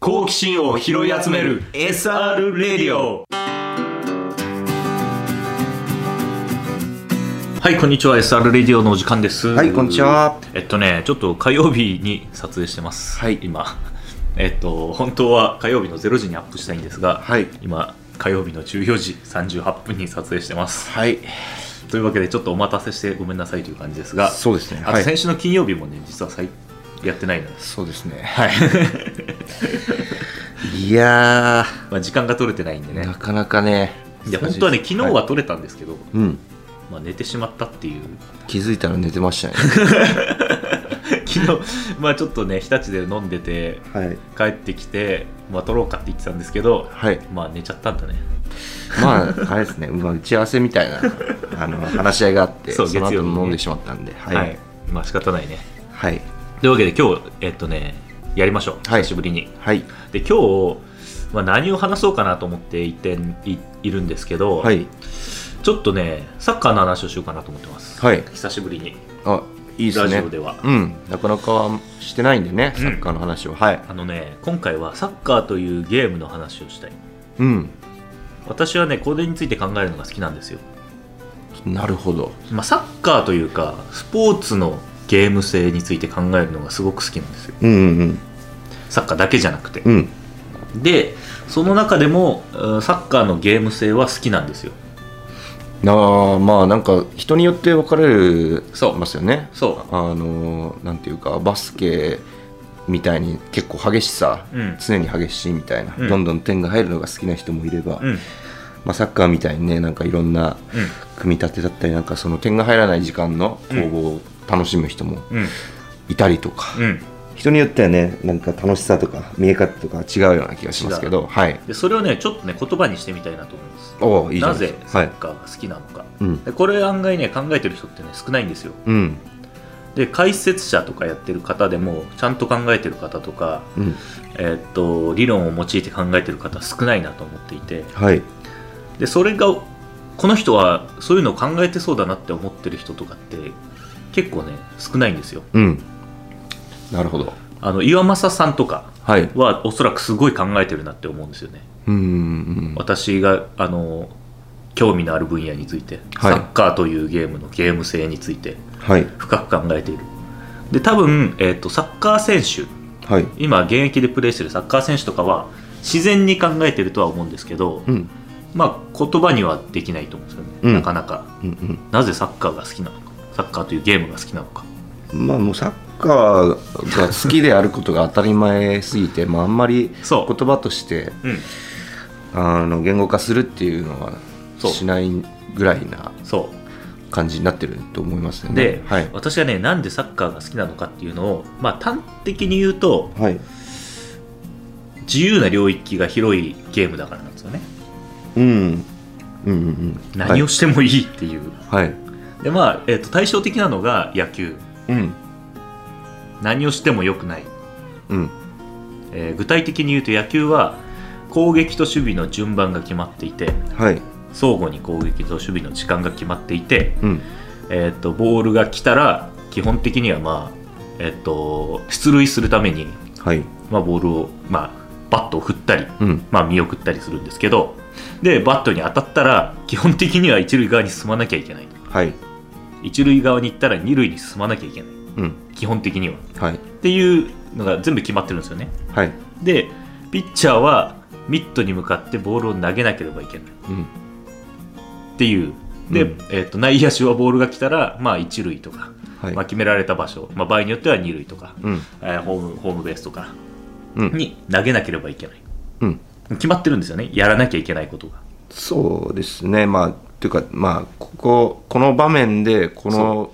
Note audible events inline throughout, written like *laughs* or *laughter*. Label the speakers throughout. Speaker 1: 好奇心を拾い集める SR レディオはいこんにちは SR レディオのお時間です
Speaker 2: はいこんにちは
Speaker 1: えっとねちょっと火曜日に撮影してます
Speaker 2: はい
Speaker 1: 今 *laughs* えっと本当は火曜日の0時にアップしたいんですが、
Speaker 2: はい
Speaker 1: 今火曜日の14時38分に撮影してます
Speaker 2: はい
Speaker 1: というわけでちょっとお待たせしてごめんなさいという感じですが
Speaker 2: そうですね
Speaker 1: あ
Speaker 2: は
Speaker 1: と
Speaker 2: い
Speaker 1: 先週の金曜日もね実はさいやってないのです
Speaker 2: そうですねはい *laughs* いや
Speaker 1: まあ、時間が取れてないんで
Speaker 2: ー、
Speaker 1: ね
Speaker 2: なかなかね
Speaker 1: いや本当はね昨日
Speaker 2: い
Speaker 1: は撮れたんですけど、
Speaker 2: うん
Speaker 1: まあ、寝てしまったっていう
Speaker 2: 気づいたら寝てましたね
Speaker 1: *laughs* 昨日まあちょっとね日立で飲んでて
Speaker 2: はい
Speaker 1: 帰ってきて、まあ、撮ろうかって言ってたんですけど
Speaker 2: はい
Speaker 1: まあ寝ちゃったんだね
Speaker 2: まああれですね、 *laughs* まあ、打ち合わせみたいなあの話し合いがあって
Speaker 1: そ
Speaker 2: そうの
Speaker 1: 月曜
Speaker 2: 後
Speaker 1: 日ね
Speaker 2: 飲んでしまったんでは
Speaker 1: はいい、
Speaker 2: はい
Speaker 1: まあ仕方ないね
Speaker 2: はい、
Speaker 1: というわけで今日えっとねやりましょう
Speaker 2: はい
Speaker 1: 久しぶりに、で今日、まあ、何を話そうかなと思っていていいるんですけど、
Speaker 2: はい
Speaker 1: ちょっとねサッカーの話をしようかなと思ってます、
Speaker 2: はい
Speaker 1: 久しぶりに
Speaker 2: あいいです
Speaker 1: ラジ
Speaker 2: ね
Speaker 1: オでは
Speaker 2: うんなかなかしてないんでね
Speaker 1: うん
Speaker 2: サッカーの話を、はい
Speaker 1: あのね今回はサッカーというゲームの話をしたい
Speaker 2: うん
Speaker 1: 私はねこれについて考えるのが好きなんですよ、
Speaker 2: なるほど
Speaker 1: まあ、サッカーというかスポーツのゲーム性について考えるのがすごく好きなんですよ
Speaker 2: うんうん
Speaker 1: サッカーだけじゃなくて
Speaker 2: うんうん
Speaker 1: でその中でもうんサッカーのゲーム性は好きなんですよ
Speaker 2: ああまあなんか人によって分かれる
Speaker 1: そう
Speaker 2: ますよね
Speaker 1: そ
Speaker 2: あのーなんていうかバスケみたいに結構激しさ、
Speaker 1: うん
Speaker 2: 常に激しいみたいな、
Speaker 1: うん
Speaker 2: どんどん点が入るのが好きな人もいれば、
Speaker 1: うんうん
Speaker 2: まあ、サッカーみたいにねなんかいろんな組み立てだったりなんかその点が入らない時間の攻防を楽しむ人も
Speaker 1: うん
Speaker 2: いたりとか、
Speaker 1: うん
Speaker 2: 人によってはねなんか楽しさとか見え方とか違うような気がしますけどはい
Speaker 1: でそれをねちょっとね言葉にしてみたいなと思います
Speaker 2: おおいいじゃ
Speaker 1: な
Speaker 2: ないで
Speaker 1: ぜ
Speaker 2: すか
Speaker 1: サ
Speaker 2: はい
Speaker 1: ッカーが好きなのか、
Speaker 2: うん
Speaker 1: でこれ案外ね考えてる人ってね少ないんですよ
Speaker 2: うん
Speaker 1: で解説者とかやってる方でもちゃんと考えてる方とか、
Speaker 2: うん
Speaker 1: えーっと理論を用いて考えてる方少ないなと思っていて
Speaker 2: はい
Speaker 1: でそれがこの人はそういうのを考えてそうだなって思ってる人とかって結構ね少ないんですよ
Speaker 2: うんなるほど
Speaker 1: あの岩政さんとか
Speaker 2: はい
Speaker 1: はおそらくすごい考えてるなって思うんですよね
Speaker 2: うんうん
Speaker 1: 私があの興味のある分野について、
Speaker 2: はい
Speaker 1: サッカーというゲームのゲーム性について
Speaker 2: はい
Speaker 1: 深く考えているで多分、えーっとサッカー選手
Speaker 2: はい
Speaker 1: 今現役でプレーしてるサッカー選手とかは自然に考えてるとは思うんですけど、
Speaker 2: うん
Speaker 1: まあ言葉にはできないと思うんですよね、
Speaker 2: うん
Speaker 1: なかなか
Speaker 2: うんうん
Speaker 1: なぜサッカーが好きなのかサッカーというゲームが好きなのか
Speaker 2: まあもうサッカーが好きであることが当たり前すぎて、まあ、あんまり
Speaker 1: そ
Speaker 2: 言
Speaker 1: う
Speaker 2: 葉として
Speaker 1: うん
Speaker 2: あの言語化するっていうのは
Speaker 1: そう
Speaker 2: しないぐらいな
Speaker 1: そ
Speaker 2: 感じになってると思いますよ
Speaker 1: う
Speaker 2: ね。
Speaker 1: で、
Speaker 2: はい、
Speaker 1: 私がねなんでサッカーが好きなのかっていうのをまあ端的に言うと
Speaker 2: はい、
Speaker 1: 自由な領域が広いゲームだからなんですよね
Speaker 2: うんうんうんうん
Speaker 1: 何をしてもいいっていう、
Speaker 2: はい、はい
Speaker 1: でまあ、えー、と対照的なのが野球
Speaker 2: うん
Speaker 1: 何をしてもよくない
Speaker 2: うん
Speaker 1: えー具体的に言うと野球は攻撃と守備の順番が決まっていて
Speaker 2: はい
Speaker 1: 相互に攻撃と守備の時間が決まっていて、
Speaker 2: うん
Speaker 1: えー、とボールが来たら基本的には、まあえー、と出塁するために、
Speaker 2: はい
Speaker 1: まあ、ボールを、まあ、バットを振ったり、
Speaker 2: うん
Speaker 1: まあ、見送ったりするんですけどでバットに当たったら基本的には一塁側に進まなきゃいけない
Speaker 2: はい
Speaker 1: 一塁側に行ったら二塁に進まなきゃいけない
Speaker 2: うん
Speaker 1: 基本的にはっ
Speaker 2: はい
Speaker 1: ていうのが全部決まってるんですよね
Speaker 2: はい
Speaker 1: でピッチャーはミットに向かってボールを投げなければいけないっ
Speaker 2: うん
Speaker 1: ていうで、
Speaker 2: うん
Speaker 1: えー、と内野手はボールが来たら、まあ、一塁とか、
Speaker 2: はい
Speaker 1: まあ、決められた場所、まあ、場合によっては二塁とか、
Speaker 2: うん
Speaker 1: えーホームホームベースとか
Speaker 2: うん
Speaker 1: に投げなければいけない
Speaker 2: うん
Speaker 1: 決まってるんですよねやらなきゃいけないことが
Speaker 2: そうですね、まあ、というか、まあ、こここの場面でこの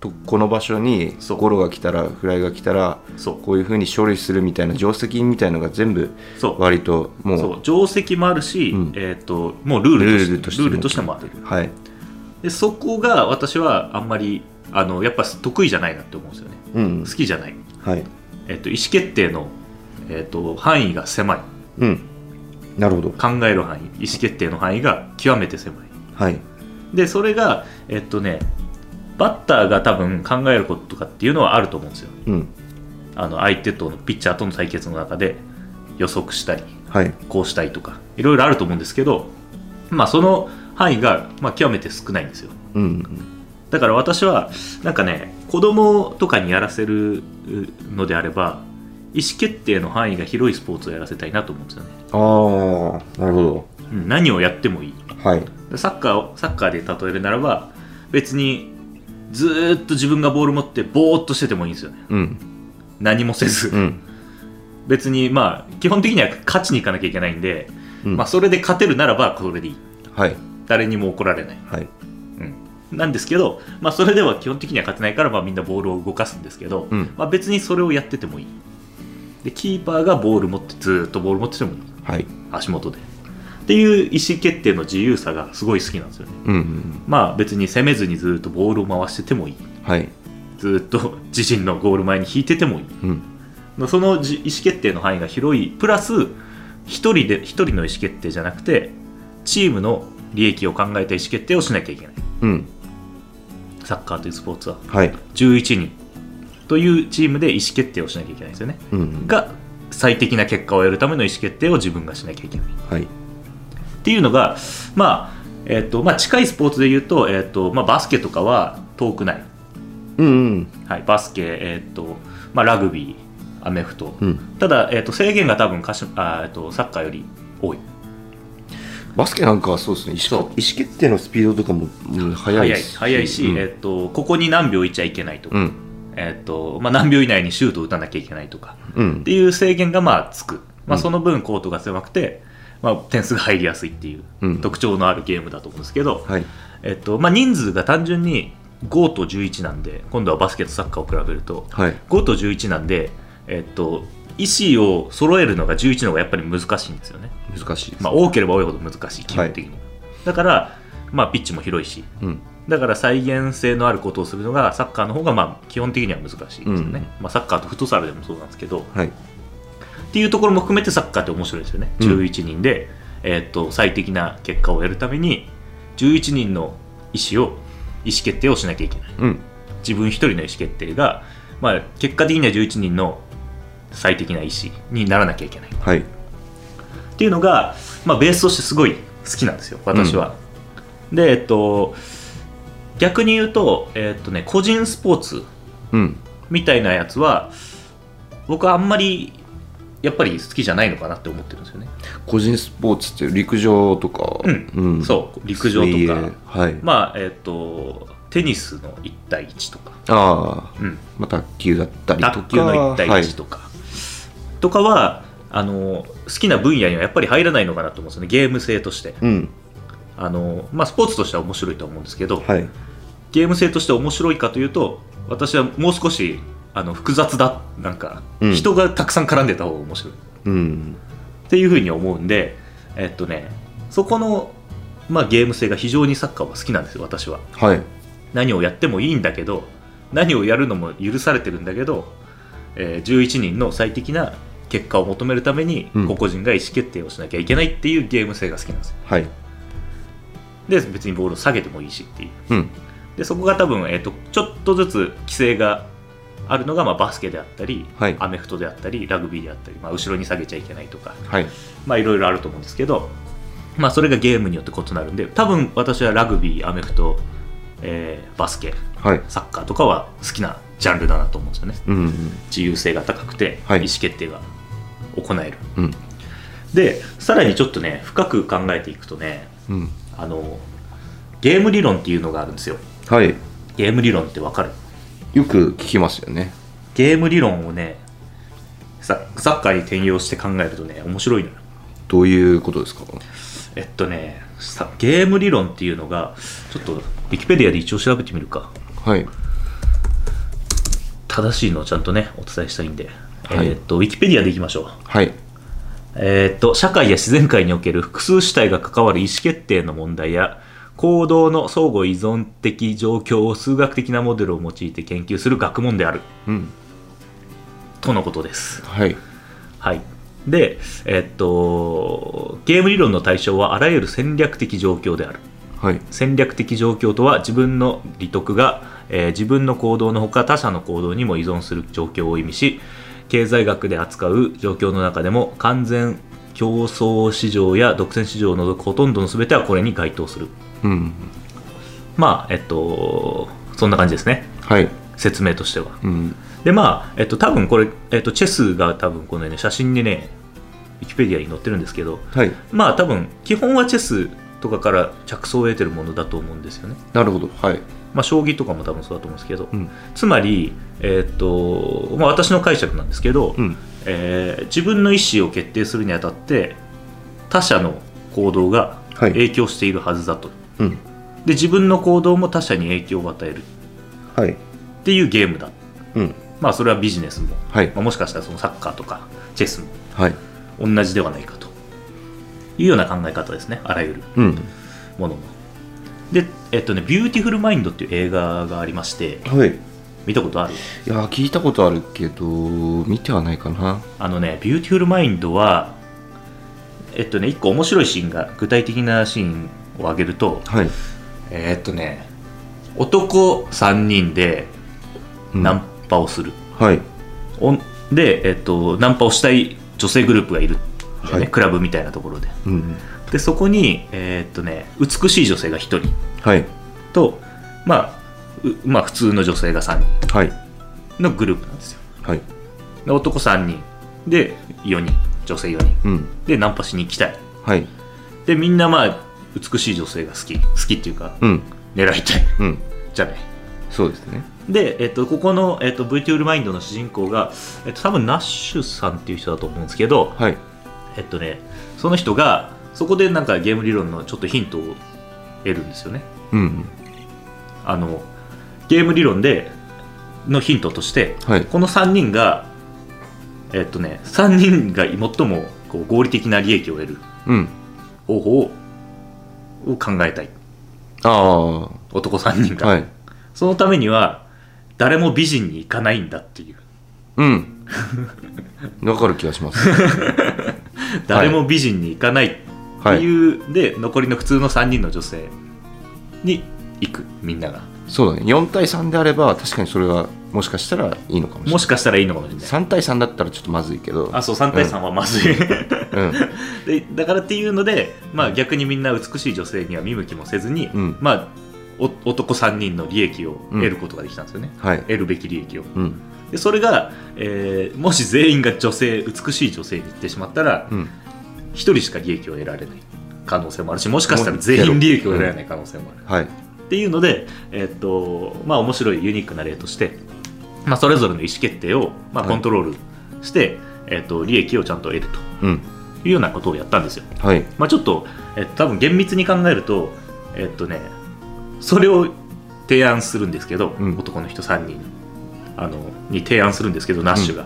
Speaker 2: とこの場所に
Speaker 1: そう
Speaker 2: ゴロが来たらフライが来たら
Speaker 1: そう
Speaker 2: こういうふうに処理するみたいな定石みたいのが全部
Speaker 1: そう
Speaker 2: 割ともう
Speaker 1: そう定石もあるし、
Speaker 2: うん
Speaker 1: えー、ともうルールとして
Speaker 2: ルールとしても
Speaker 1: ルールとしてもある
Speaker 2: はい
Speaker 1: でそこが私はあんまりあのやっぱ得意じゃないなって思うんですよね
Speaker 2: うん
Speaker 1: 好きじゃない
Speaker 2: はい
Speaker 1: えっと、意思決定の、えっと、範囲が狭い
Speaker 2: うんなるほど
Speaker 1: 考える範囲意思決定の範囲が極めて狭い
Speaker 2: はい
Speaker 1: でそれがえっとねバッターが多分考えることとかっていうのはあると思うんですよ
Speaker 2: うん
Speaker 1: あの相手とのピッチャーとの対決の中で予測したり
Speaker 2: はい
Speaker 1: こうしたいとかいろいろあると思うんですけど、まあ、その範囲が、まあ、極めて少ないんですよ
Speaker 2: うん
Speaker 1: だから私はなんかね子供とかにやらせるのであれば意思決定の範囲が広いスポーツをやらせたいなと思うんですよね、
Speaker 2: ああなるほ
Speaker 1: うん、何をやってもいい
Speaker 2: どはい
Speaker 1: でサッカーをサッカーで例えるならば別にずーっと自分がボール持ってボーっとしててもいいんですよね
Speaker 2: うん
Speaker 1: 何もせず、
Speaker 2: うん
Speaker 1: 別にまあ基本的には勝ちに行かなきゃいけないんで、
Speaker 2: うん
Speaker 1: まあ、それで勝てるならばそれでいい
Speaker 2: はい
Speaker 1: 誰にも怒られない、
Speaker 2: はい
Speaker 1: うん、なんですけど、まあ、それでは基本的には勝てないから、まあ、みんなボールを動かすんですけど、
Speaker 2: うん
Speaker 1: まあ、別にそれをやっててもいいでキーパーがボール持ってずーっとボール持っててもいい
Speaker 2: はい
Speaker 1: 足元でっていう意思決定の自由さがすごい好きなんですよね
Speaker 2: うんうん
Speaker 1: まあ別に攻めずにずーっとボールを回しててもいい
Speaker 2: はい
Speaker 1: ずーっと *laughs* 自身のゴール前に引いててもいい
Speaker 2: うん
Speaker 1: そのじ意思決定の範囲が広いプラス一人で一人の意思決定じゃなくてチームの利益を考えた意思決定をしなきゃいけない
Speaker 2: うん
Speaker 1: サッカーというスポーツは
Speaker 2: はい
Speaker 1: 11人というチームで意思決定をしなきゃいけないんですよね
Speaker 2: うん
Speaker 1: が最適な結果を得るための意思決定を自分がしなきゃいけない
Speaker 2: はい
Speaker 1: っていうのが、まあえっとまあ、近いスポーツで言うと,、えっとまあ、バスケとかは遠くない、
Speaker 2: うんうん
Speaker 1: はい、バスケ、えっとまあ、ラグビーアメフト、
Speaker 2: うん
Speaker 1: ただ、えっと制限が多分かしあ、えっとサッカーより多い
Speaker 2: バスケなんかはそうですね意思意思決定のスピードとかもうん速
Speaker 1: 早
Speaker 2: い
Speaker 1: い早いし、
Speaker 2: うん
Speaker 1: えっとここに何秒いちゃいけないとか、
Speaker 2: うん
Speaker 1: えっとまあ、何秒以内にシュートを打たなきゃいけないとか
Speaker 2: うん
Speaker 1: っていう制限がまあつく、まあ、
Speaker 2: うん
Speaker 1: その分コートが狭くて、まあ、点数が入りやすいっていう
Speaker 2: うん
Speaker 1: 特徴のあるゲームだと思うんですけど、
Speaker 2: はい
Speaker 1: えっとまあ、人数が単純に5と11なんで今度はバスケとサッカーを比べると
Speaker 2: はい
Speaker 1: 5と11なんで、えっと、意思を揃えるのが11の方がやっぱり難しいんですよね、
Speaker 2: 難しいです
Speaker 1: まあ、多ければ多いほど難しい基本的に、だから、まあ、ピッチも広いし
Speaker 2: うん
Speaker 1: だから再現性のあることをするのがサッカーの方がまあ基本的には難しいですよね、
Speaker 2: うん
Speaker 1: まあ、サッカーとフットサルでもそうなんですけど
Speaker 2: はい
Speaker 1: っていうところも含めてサッカーって面白いですよね、
Speaker 2: うん
Speaker 1: 11人で、えーっと最適な結果を得るために11人の意思を意思決定をしなきゃいけない
Speaker 2: うん
Speaker 1: 自分一人の意思決定が、まあ、結果的には11人の最適な意思にならなきゃいけないっ
Speaker 2: はい
Speaker 1: ていうのが、まあ、ベースとしてすごい好きなんですよ私は、でえっと逆に言うと,、えーっとね、個人スポーツ
Speaker 2: うん
Speaker 1: みたいなやつは僕はあんまりやっぱり好きじゃないのかなって思ってるんですよね
Speaker 2: 個人スポーツって陸上とか、
Speaker 1: うんそう陸上
Speaker 2: 水泳
Speaker 1: とか
Speaker 2: はい、
Speaker 1: まあえっ、とテニスの1対1とか、
Speaker 2: ああ
Speaker 1: うん、
Speaker 2: まあ卓球だったりとか
Speaker 1: 卓球の1対1とか、とかはあの好きな分野にはやっぱり入らないのかなと思うんですよねゲーム性として
Speaker 2: はい、うん
Speaker 1: あの、まあ、スポーツとしては面白いと思うんですけど、
Speaker 2: はい
Speaker 1: ゲーム性として面白いかというと私はもう少しあの複雑だなんか、
Speaker 2: うん
Speaker 1: 人がたくさん絡んでた方が面白い
Speaker 2: うん
Speaker 1: っていうふうに思うんでえっとねそこの、まあ、ゲーム性が非常にサッカーは好きなんですよ私は
Speaker 2: はい
Speaker 1: 何をやってもいいんだけど何をやるのも許されてるんだけど、えー11人の最適な結果を求めるために
Speaker 2: うん
Speaker 1: 個々人が意思決定をしなきゃいけないっていうゲーム性が好きなんですよ
Speaker 2: はい
Speaker 1: で別にボールを下げてもいいしっていう
Speaker 2: うん
Speaker 1: でそこが多分、えー、とちょっとずつ規制があるのが、まあ、バスケであったり、
Speaker 2: はい
Speaker 1: アメフトであったりラグビーであったり、まあ、後ろに下げちゃいけないとか
Speaker 2: はい
Speaker 1: まあいろいろあると思うんですけど、まあ、それがゲームによって異なるんで多分私はラグビーアメフト、えーバスケ
Speaker 2: はい
Speaker 1: サッカーとかは好きなジャンルだなと思うんですよね
Speaker 2: うん
Speaker 1: 自由性が高くて意
Speaker 2: はい
Speaker 1: 思決定が行える、
Speaker 2: うん
Speaker 1: でさらにちょっとね深く考えていくとね
Speaker 2: うん
Speaker 1: あのゲーム理論っていうのがあるんですよ
Speaker 2: はい
Speaker 1: ゲーム理論ってわかる
Speaker 2: よく聞きますよね
Speaker 1: ゲーム理論をねさサッカーに転用して考えるとね面白いのよ
Speaker 2: どういうことですか
Speaker 1: えっとねさゲーム理論っていうのがちょっとウィキペディアで一応調べてみるか
Speaker 2: はい
Speaker 1: 正しいのをちゃんとねお伝えしたいんで、
Speaker 2: はい
Speaker 1: えっとウィキペディアでいきましょう
Speaker 2: はい
Speaker 1: えーっと社会や自然界における複数主体が関わる意思決定の問題や行動の相互依存的状況を数学的なモデルを用いて研究する学問である
Speaker 2: うん
Speaker 1: とのことです。
Speaker 2: はい
Speaker 1: はい、で、えーっとゲーム理論の対象はあらゆる戦略的状況である。
Speaker 2: はい
Speaker 1: 戦略的状況とは自分の利得が、えー自分の行動のほか他者の行動にも依存する状況を意味し経済学で扱う状況の中でも完全競争市場や独占市場を除くほとんどの全てはこれに該当する
Speaker 2: うん
Speaker 1: まあえっとそんな感じですね
Speaker 2: はい
Speaker 1: 説明としては
Speaker 2: うん
Speaker 1: でまあえっと多分これ、えっと、チェスが多分このね写真にねウィキペディアに載ってるんですけど
Speaker 2: はい
Speaker 1: まあ多分基本はチェスとかから着想を得てるものだと思うんですよね
Speaker 2: なるほどはい
Speaker 1: まあ将棋とかも多分そうだと思うんですけど、
Speaker 2: うん
Speaker 1: つまり、えっとまあ、私の解釈なんですけど、
Speaker 2: うん
Speaker 1: えー自分の意思を決定するにあたって他者の行動が
Speaker 2: はい
Speaker 1: 影響しているはずだと、
Speaker 2: うん
Speaker 1: で自分の行動も他者に影響を与えるっ
Speaker 2: はい
Speaker 1: ていうゲームだ
Speaker 2: うん
Speaker 1: まあそれはビジネスも、
Speaker 2: はい
Speaker 1: まあ、もしかしたらそのサッカーとかチェスも
Speaker 2: はい
Speaker 1: 同じではないかというような考え方ですねあらゆる
Speaker 2: うん
Speaker 1: もののでえっとね「ビューティフル・マインド」っていう映画がありまして
Speaker 2: はいい
Speaker 1: 見たことある
Speaker 2: やー聞いたことあるけど見てはないかな
Speaker 1: あのね「ビューティフル・マインドは」えっとね一個面白いシーンが具体的なシーンを挙げると
Speaker 2: はい、
Speaker 1: えーっとね男3人で
Speaker 2: うん
Speaker 1: ナンパをする、
Speaker 2: はい
Speaker 1: おんで、えっと、ナンパをしたい女性グループがいるんだよね、
Speaker 2: はい
Speaker 1: クラブみたいなところで
Speaker 2: うん
Speaker 1: でそこに、えーっとね、美しい女性が1人
Speaker 2: はい
Speaker 1: と、まあ、うまあ普通の女性が3人
Speaker 2: はい
Speaker 1: のグループなんですよ
Speaker 2: はい
Speaker 1: で男3人で4人女性4人
Speaker 2: うん
Speaker 1: でナンパしに行きたい
Speaker 2: はい
Speaker 1: でみんなまあ美しい女性が好き好きっていうか
Speaker 2: うん
Speaker 1: 狙いたい
Speaker 2: うん
Speaker 1: じゃない
Speaker 2: そうですね
Speaker 1: で、えっと、ここの、えっと、VTuber マインドの主人公が、えっと、多分ナッシュさんっていう人だと思うんですけど、
Speaker 2: はい
Speaker 1: えっとね、その人がそこでなんかゲーム理論のちょっとヒントを得るんですよね
Speaker 2: うん
Speaker 1: あのゲーム理論でのヒントとして、
Speaker 2: はい
Speaker 1: この3人がえっとね3人が最もこう合理的な利益を得る
Speaker 2: うん
Speaker 1: 方法をを考えたい
Speaker 2: あ
Speaker 1: 男3人
Speaker 2: あ
Speaker 1: が、
Speaker 2: はい
Speaker 1: そのためには誰も美人に行かないんだっていう
Speaker 2: うんわかる気がします
Speaker 1: 誰も美人に行かないって
Speaker 2: はい
Speaker 1: いう、で残りの普通の3人の女性に行くみんなが
Speaker 2: そうだね4対3であれば確かにそれはもしかしたらいいのかもしれ
Speaker 1: も
Speaker 2: な
Speaker 1: し
Speaker 2: い
Speaker 1: かしたらいいのかもしれない
Speaker 2: 3対3だったらちょっとまずいけど
Speaker 1: あそう3対3はまずい、
Speaker 2: うん
Speaker 1: *laughs* でだからっていうので、まあ、逆にみんな美しい女性には見向きもせずに、
Speaker 2: うん
Speaker 1: まあ、お男3人の利益を得ることができたんですよね、
Speaker 2: はい
Speaker 1: 得るべき利益を
Speaker 2: うん
Speaker 1: でそれが、えーもし全員が女性美しい女性に行ってしまったら、
Speaker 2: うん
Speaker 1: 1人しか利益を得られない可能性もあるしもしかしたら全員利益を得られない可能性もある、
Speaker 2: はい
Speaker 1: っていうので、えーっとまあ、面白いユニークな例として、まあ、それぞれの意思決定を、まあ、
Speaker 2: はい
Speaker 1: コントロールして、えーっと利益をちゃんと得る
Speaker 2: うん
Speaker 1: というようなことをやったんですよ、
Speaker 2: はい
Speaker 1: まあ、ちょっと、えー多分厳密に考えると,、えーっとね、それを提案するんですけど、
Speaker 2: うん
Speaker 1: 男の人3人あのに提案するんですけどナッシュが、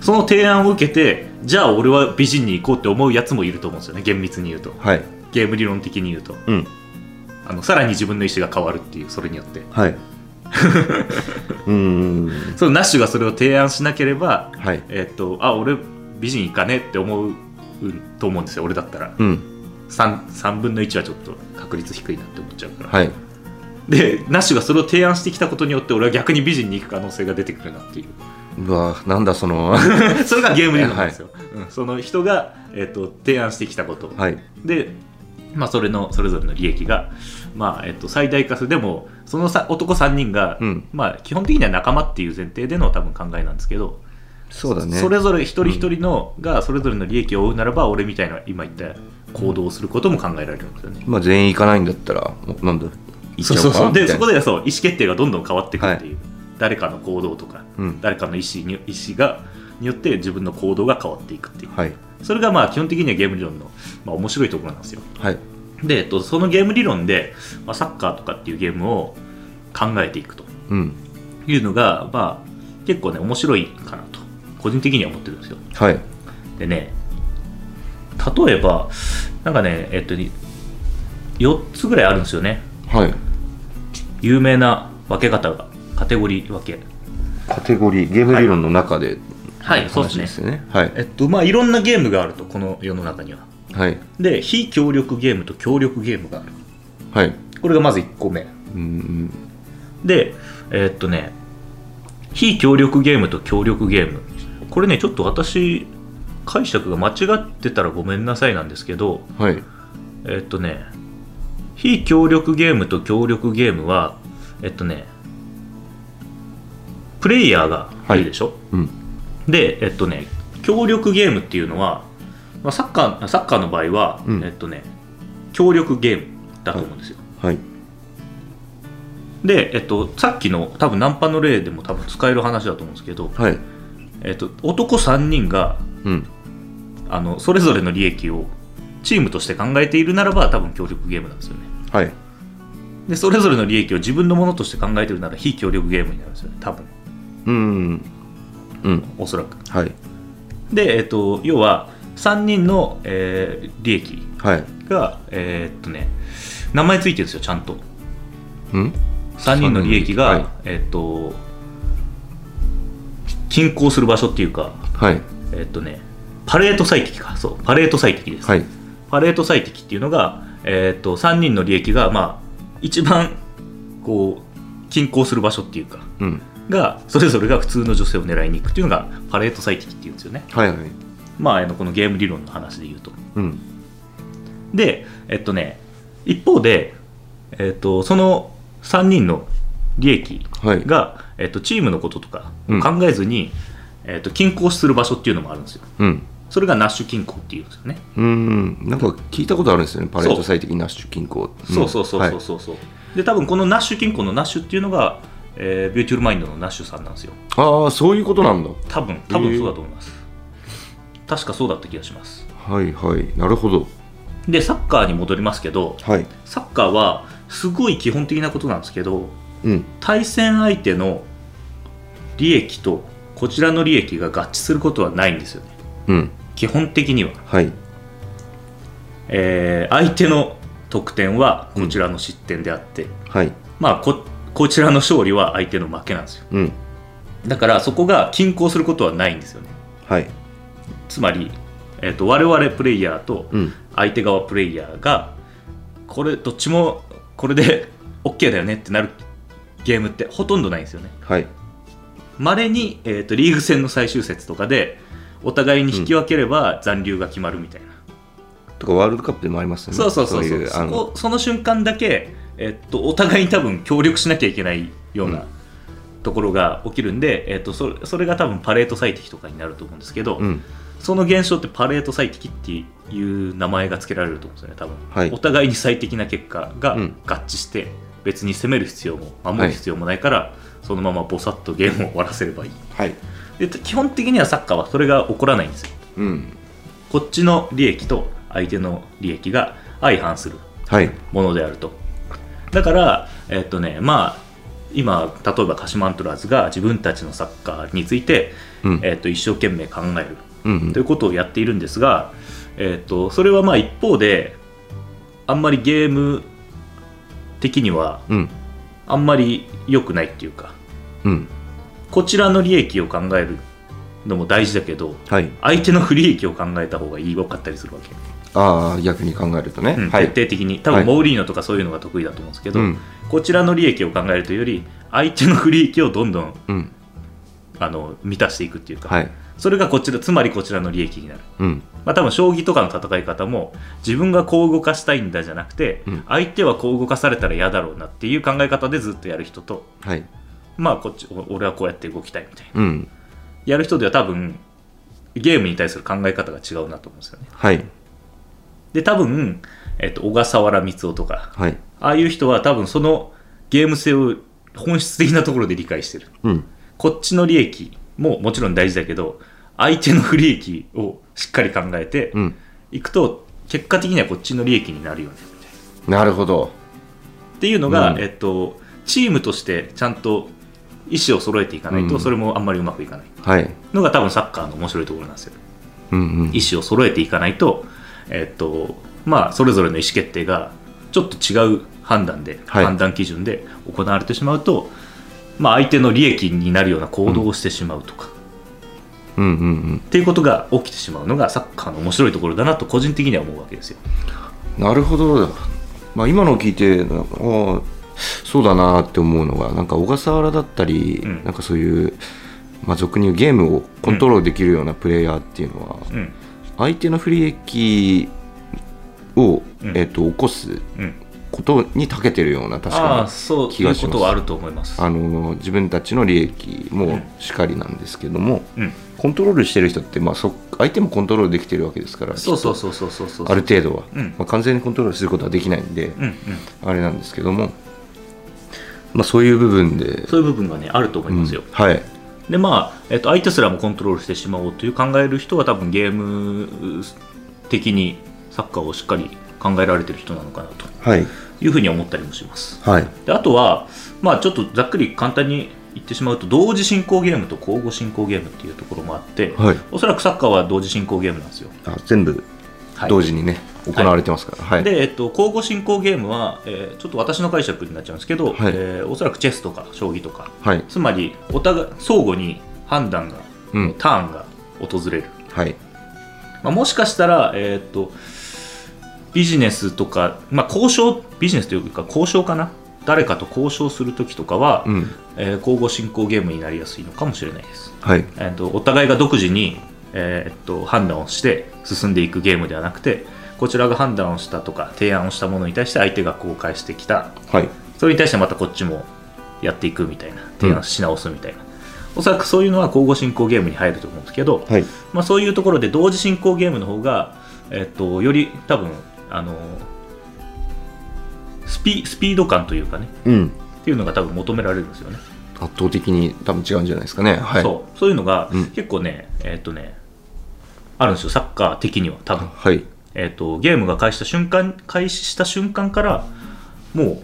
Speaker 1: その提案を受けてじゃあ俺は美人に行こうって思うやつもいると思うんですよね厳密に言うと
Speaker 2: はい
Speaker 1: ゲーム理論的に言うと
Speaker 2: うん
Speaker 1: あのさらに自分の意思が変わるっていうそれによって。
Speaker 2: はい *laughs* うーん
Speaker 1: そのナッシュがそれを提案しなければ、
Speaker 2: はい
Speaker 1: えっとあ俺美人いかねって思うと思うんですよ俺だったら
Speaker 2: うん
Speaker 1: 3, 3分の1はちょっと確率低いなって思っちゃうから、
Speaker 2: はい
Speaker 1: でナッシュがそれを提案してきたことによって俺は逆に美人に行く可能性が出てくるなっていう *laughs*
Speaker 2: うわなんだその *laughs*
Speaker 1: それがゲーム理論なんですよ、うんその人が、えっと提案してきたこと、
Speaker 2: はい
Speaker 1: で、まあ、それのそれぞれの利益が、まあえっと最大化するでもそのさ男3人が、
Speaker 2: うん
Speaker 1: まあ、基本的には仲間っていう前提での多分考えなんですけど、
Speaker 2: そうだね
Speaker 1: それぞれ一人一人の、がそれぞれの利益を負うならば俺みたいな今言った行動をすることも考えられるんですよね。
Speaker 2: まあ全員行かないんだったらもうなんだ行っち
Speaker 1: そう
Speaker 2: ゃうか
Speaker 1: そうそうで
Speaker 2: み
Speaker 1: そ
Speaker 2: たいな
Speaker 1: こでそう意思決定がどんどん変わっていくっていう、誰かの行動とか、
Speaker 2: うん
Speaker 1: 誰かの意思に意思がによって自分の行動が変わっていくっていう、
Speaker 2: はい
Speaker 1: それがまあ基本的にはゲーム理論の、まあ、面白いところなんですよ。
Speaker 2: はい
Speaker 1: で、えっと、そのゲーム理論で、まあ、サッカーとかっていうゲームを考えていくと
Speaker 2: うん
Speaker 1: いうのが、まあ、結構ね面白いかなと個人的には思ってるんですよ。
Speaker 2: はい
Speaker 1: でね例えばなんかねえっと4つぐらいあるんですよね
Speaker 2: はい
Speaker 1: 有名な分け方がカテゴリー分け
Speaker 2: カテゴリーゲーム理論の中で
Speaker 1: はいそうです
Speaker 2: 話
Speaker 1: ね
Speaker 2: ですよねはい
Speaker 1: えっとまあいろんなゲームがあるとこの世の中には
Speaker 2: はい
Speaker 1: で非協力ゲームと協力ゲームがある
Speaker 2: はい
Speaker 1: これがまず1個目
Speaker 2: うん
Speaker 1: でえっとね非協力ゲームと協力ゲームこれねちょっと私解釈が間違ってたらごめんなさいなんですけど
Speaker 2: はい
Speaker 1: えっとね非協力ゲームと協力ゲームはえっとねプレイヤーがいるでしょ、
Speaker 2: うん
Speaker 1: でえっとね協力ゲームっていうのは、まあ、サッカーサッカーの場合は、
Speaker 2: うん
Speaker 1: えっとね協力ゲームだと思うんですよ、
Speaker 2: はい
Speaker 1: で、えっと、さっきの多分ナンパの例でも多分使える話だと思うんですけど、
Speaker 2: はい
Speaker 1: えっと、男3人が
Speaker 2: うん
Speaker 1: あのそれぞれの利益をチームとして考えているならば多分協力ゲームなんですよね
Speaker 2: はい
Speaker 1: でそれぞれの利益を自分のものとして考えてるなら非協力ゲームになるんですよね多分
Speaker 2: うんうん
Speaker 1: おそらく
Speaker 2: はい
Speaker 1: で、えっと、要は3人の、えー利益
Speaker 2: はい
Speaker 1: がえーっとね名前ついてるんですよちゃんと
Speaker 2: うん
Speaker 1: 3人の利益が、
Speaker 2: はい
Speaker 1: えっと均衡する場所っていうか
Speaker 2: はい
Speaker 1: えっとねパレート最適かそうパレート最適です、
Speaker 2: はい
Speaker 1: パレート最適っていうのが、えー、と3人の利益が、まあ、一番こう均衡する場所っていうか
Speaker 2: うん
Speaker 1: がそれぞれが普通の女性を狙いに行くっていうのがパレート最適っていうんですよね、
Speaker 2: はいはい
Speaker 1: まあ、あのこのゲーム理論の話で言うと
Speaker 2: うん
Speaker 1: でえっとね一方で、えっとその3人の利益
Speaker 2: はい
Speaker 1: が、えっとチームのこととかを考えずに、えっと均衡する場所っていうのもあるんですよ
Speaker 2: うん
Speaker 1: それがナッシュ均衡っていうんですよね
Speaker 2: うんなんか聞いたことあるんですよねパレード最適ナッシュ均衡
Speaker 1: そうそうそうそ
Speaker 2: ん
Speaker 1: うそうそう、で多分このナッシュ金庫のナッシュっていうのが、えービューティフルマインドのナッシュさんなんですよ
Speaker 2: はいああそういうことなんだ
Speaker 1: 多分多分そうだと思います、確かそうだった気がします
Speaker 2: はいはいなるほど
Speaker 1: でサッカーに戻りますけど
Speaker 2: はい
Speaker 1: サッカーはすごい基本的なことなんですけど
Speaker 2: うん
Speaker 1: 対戦相手の利益とこちらの利益が合致することはないんですよね
Speaker 2: うん
Speaker 1: 基本的には、
Speaker 2: はい
Speaker 1: えー相手の得点はこちらの失点であって、
Speaker 2: はい
Speaker 1: まあここちらの勝利は相手の負けなんですよ
Speaker 2: うん
Speaker 1: だからそこが均衡することはないんですよね
Speaker 2: はい
Speaker 1: つまり、えー、と我々プレイヤーと
Speaker 2: うん
Speaker 1: 相手側プレイヤーがこれどっちもこれで OK だよねってなるゲームってほとんどないんですよね
Speaker 2: はい
Speaker 1: まれに、えー、とリーグ戦の最終節とかでお互いに引き分ければ残留が決まるみたいな、
Speaker 2: とかワールドカップでもありますよね
Speaker 1: そうそうそうそう
Speaker 2: いう
Speaker 1: そ
Speaker 2: あの
Speaker 1: こその瞬間だけ、えっとお互いに多分協力しなきゃいけないよう
Speaker 2: うん
Speaker 1: なところが起きるんで、えっとそれそれが多分パレート最適とかになると思うんですけど、
Speaker 2: うん
Speaker 1: その現象ってパレート最適っていう名前が付けられると思うんですよね多分、
Speaker 2: はい
Speaker 1: お互いに最適な結果が
Speaker 2: う
Speaker 1: 合
Speaker 2: ん
Speaker 1: 致して、別に攻める必要も守
Speaker 2: はい
Speaker 1: る必要もないから、そのままぼさっとゲームを終わらせればいい
Speaker 2: はい
Speaker 1: で基本的にはサッカーはそれが起こらないんですよ
Speaker 2: うん
Speaker 1: こっちの利益と相手の利益が相反する
Speaker 2: はい
Speaker 1: ものであるとだからえっとねまあ今例えば鹿島アントラーズが自分たちのサッカーについて、
Speaker 2: うん
Speaker 1: えっと一生懸命考える
Speaker 2: うん
Speaker 1: ということをやっているんですが、えー、とそれはまあ一方であんまりゲーム的には
Speaker 2: うん
Speaker 1: あんまり良くないっていうか
Speaker 2: うん
Speaker 1: こちらの利益を考えるのも大事だけど
Speaker 2: はい
Speaker 1: 相手の不利益を考えた方が良かったりするわけ、
Speaker 2: ああ逆に考えるとね
Speaker 1: うん
Speaker 2: はい
Speaker 1: 徹底的に多分モーリーノとかそういうのが得意だと思うんですけど、
Speaker 2: うん
Speaker 1: こちらの利益を考えるというより相手の不利益をどんどん
Speaker 2: うん
Speaker 1: あの満たしていくっていうか、
Speaker 2: はい
Speaker 1: それがこちらつまりこちらの利益になる
Speaker 2: うん
Speaker 1: まあ、多分将棋とかの戦い方も自分がこう動かしたいんだじゃなくて、
Speaker 2: うん
Speaker 1: 相手はこう動かされたら嫌だろうなっていう考え方でずっとやる人と
Speaker 2: はい
Speaker 1: まあこっちお俺はこうやって動きたいみたいな
Speaker 2: うん
Speaker 1: やる人では多分ゲームに対する考え方が違うなと思うんですよね
Speaker 2: はい
Speaker 1: で多分、えっと小笠原光雄とか
Speaker 2: はい
Speaker 1: ああいう人は多分そのゲーム性を本質的なところで理解してる
Speaker 2: うん
Speaker 1: こっちの利益ももちろん大事だけど相手の不利益をしっかり考えて、
Speaker 2: うん
Speaker 1: 行くと結果的にはこっちの利益になるよねみたいな
Speaker 2: なるほど
Speaker 1: っていうのが、
Speaker 2: うん
Speaker 1: えっと、チームとしてちゃんと意思を揃えていかないと、
Speaker 2: うん
Speaker 1: それもあんまりうまくいかない
Speaker 2: はい
Speaker 1: のが多分サッカーの面白いところなんですよ
Speaker 2: うんうん
Speaker 1: 意思を揃えていかないと、えっとまあ、それぞれの意思決定がちょっと違う判断で、
Speaker 2: はい
Speaker 1: 判断基準で行われてしまうと、まあ、相手の利益になるような行動をしてしまうとか、
Speaker 2: うんうんうん
Speaker 1: っていうことが起きてしまうのがサッカーの面白いところだなと個人的には思うわけですよ。
Speaker 2: なるほど、まあ、今のを聞いてなああそうだなって思うのがなんか小笠原だったり、
Speaker 1: うん
Speaker 2: なんかそういうまあ、俗に言うゲームをコントロールできるようなプレイヤーっていうのは、
Speaker 1: うん
Speaker 2: 相手の不利益を、
Speaker 1: うん
Speaker 2: えっと起こす
Speaker 1: うん
Speaker 2: ことに長けてるような確
Speaker 1: あ
Speaker 2: か
Speaker 1: あそう
Speaker 2: 気
Speaker 1: いう
Speaker 2: がします
Speaker 1: ことはあると思います
Speaker 2: にあの自分たちの利益もしかりなんですけども、
Speaker 1: うん
Speaker 2: コントロールしてる人って、まあ、そ相手もコントロールできてるわけですから
Speaker 1: そうそう
Speaker 2: きっ
Speaker 1: そうそうそうそう
Speaker 2: とある程度は、
Speaker 1: うん
Speaker 2: まあ、完全にコントロールすることはできないんで、
Speaker 1: うんうん
Speaker 2: あれなんですけども、まあ、そういう部分で。
Speaker 1: そういう部分がねあると思いますよ、
Speaker 2: うんはい
Speaker 1: でまあ、えっと、相手すらもコントロールしてしまおうという考える人は多分ゲーム的にサッカーをしっかり考えられてる人なのかなと
Speaker 2: はい
Speaker 1: いうふうに思ったりもします
Speaker 2: はい
Speaker 1: であとは、まあ、ちょっとざっくり簡単に言ってしまうと同時進行ゲームと交互進行ゲームっていうところもあって、
Speaker 2: はい
Speaker 1: おそらくサッカーは同時進行ゲームなんですよ、
Speaker 2: あ全部
Speaker 1: はい
Speaker 2: 同時にね、行われてますからはい、
Speaker 1: で、えっと、交互進行ゲームは、えーちょっと私の解釈になっちゃうんですけど、
Speaker 2: はい
Speaker 1: えーおそらくチェスとか将棋とか
Speaker 2: はい
Speaker 1: つまりお互い相互に判断が、
Speaker 2: うん
Speaker 1: ターンが訪れる、
Speaker 2: はい
Speaker 1: まあ、もしかしたら、えーっとビジネスとか、まあ、交渉ビジネスというか交渉かな誰かと交渉するときとかは、
Speaker 2: うん
Speaker 1: えー交互進行ゲームになりやすいのかもしれないです、
Speaker 2: はい
Speaker 1: えーっとお互いが独自に、えーっと判断をして進んでいくゲームではなくてこちらが判断をしたとか提案をしたものに対して相手が公開してきた
Speaker 2: はい
Speaker 1: それに対してまたこっちもやっていくみたいな提案し直すみたいな、おそらくそういうのは交互進行ゲームに入ると思うんですけど、
Speaker 2: はい
Speaker 1: まあ、そういうところで同時進行ゲームの方が、えっと、より多分あのスピスピード感というかね
Speaker 2: うん
Speaker 1: っていうのが多分求められるんですよね、
Speaker 2: 圧倒的に多分違うんじゃないですかねはい
Speaker 1: そうそういうのが
Speaker 2: うん
Speaker 1: 結構ね、えっとねあるんですよサッカー的には多分、
Speaker 2: はい
Speaker 1: えっとゲームが開始した瞬間開始した瞬間からもう、